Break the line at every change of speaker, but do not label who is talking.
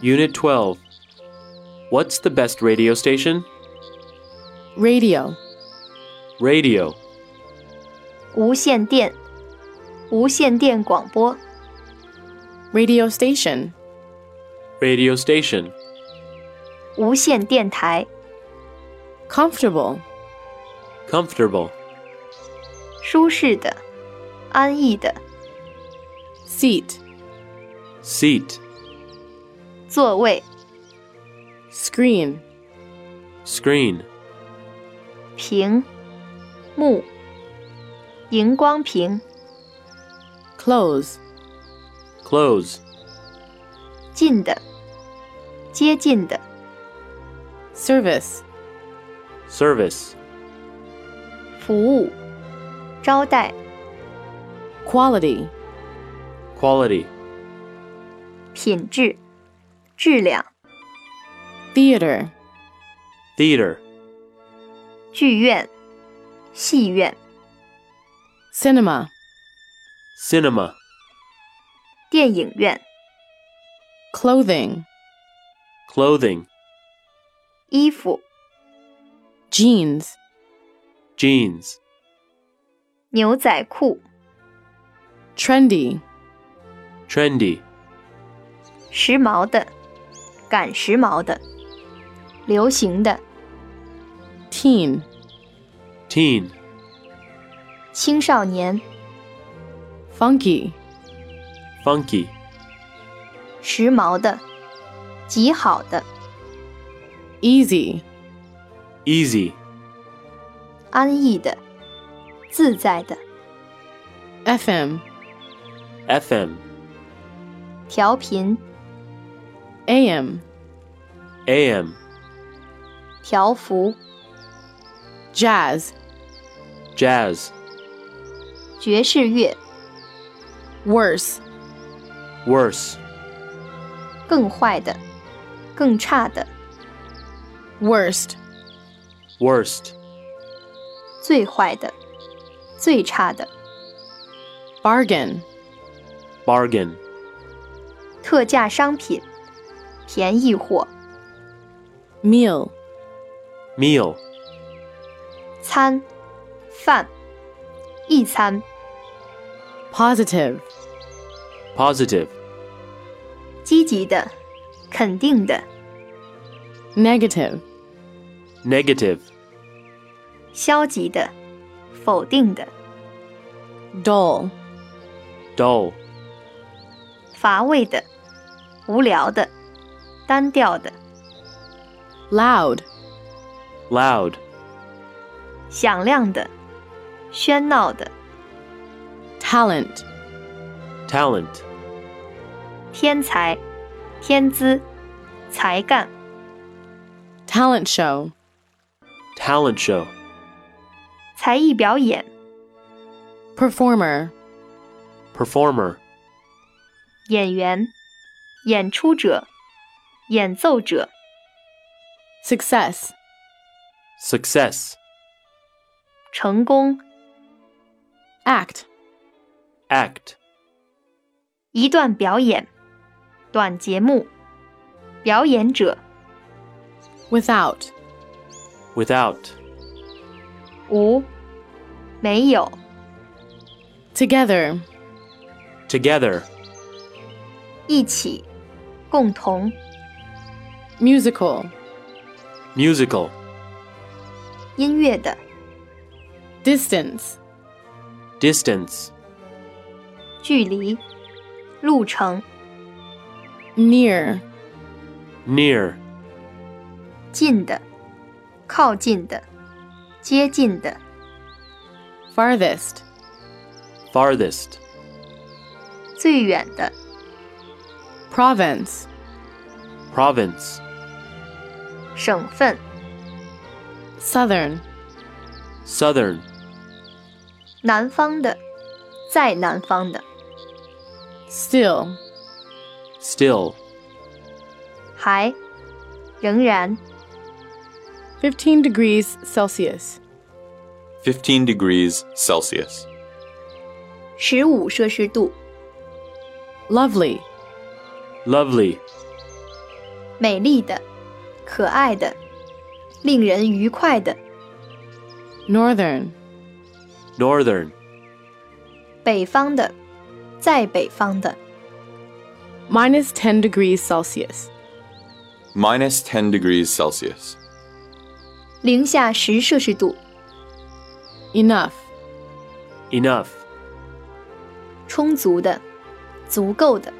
Unit 12. What's the best radio station?
radio,
Radio.
无线电，无线电广播，
radio station,
Radio station.
无线电台，
comfortable,
Comfortable.
舒适的，安逸的，
seat,
Seat.
座位，
screen,
Screen.
屏，幕，荧光屏，
close,
Close.
近的，接近的，
service,
Service.
服务，招待，
quality,
Quality.
品质，质量，
theater,
Theater.
剧院，戏院，
cinema,
Cinema.
电影院，
clothing,
Clothing.
衣服，
jeans,
Jeans.
牛仔裤，
trendy,
Trendy.
时髦的，赶时髦的，流行的，
teen,
Teen.
青少年，
funky,
Funky.
时髦的，极好的，
easy,
Easy.
安逸的，自在的，
FM,
FM.
调频，
AM,
AM.
调幅，
jazz,
Jazz.
爵士乐，
worse,
Worse.
更坏的，更差的，
worst,
Worst.
最坏的，最差的，
bargain,
Bargain.
特价商品，便宜货，
meal,
Meal.
餐，饭，一餐，
positive,
Positive.
积极的，肯定的，
negative,
Negative.
消极的，否定的，
dull,
Dull.
乏味的，无聊的，单调的，
loud,
Loud.
响亮的，喧闹的，
talent,
Talent.
天才，天资，才干，
talent show,
Talent show.
才艺表演，
performer,
Performer.
演员，演出者，演奏者，
success,
Success.
成功，
act,
Act.
一段表演，短节目，表演者，
without,
Without.
无，没有，
together,
Together.
一起，共同，
musical,
Musical.
音乐的，
distance,
Distance.
距离，路程，
near,
Near.
近的，靠近的，接近的，
farthest,
Farthest.
最远的，
province,
Province.
省份，
southern,
Southern.
南方的，在南方的，
still,
Still.
还，仍然，
15 degrees Celsius,
15 degrees Celsius.
十五摄氏度，
lovely,
Lovely.
美丽的、可爱的、令人愉快的、
northern,
northern,
北方的、在北方的、
minus 10 degrees Celsius,
minus 10 degrees Celsius,
零下十摄氏度、
enough,
enough,
充足的、足够的、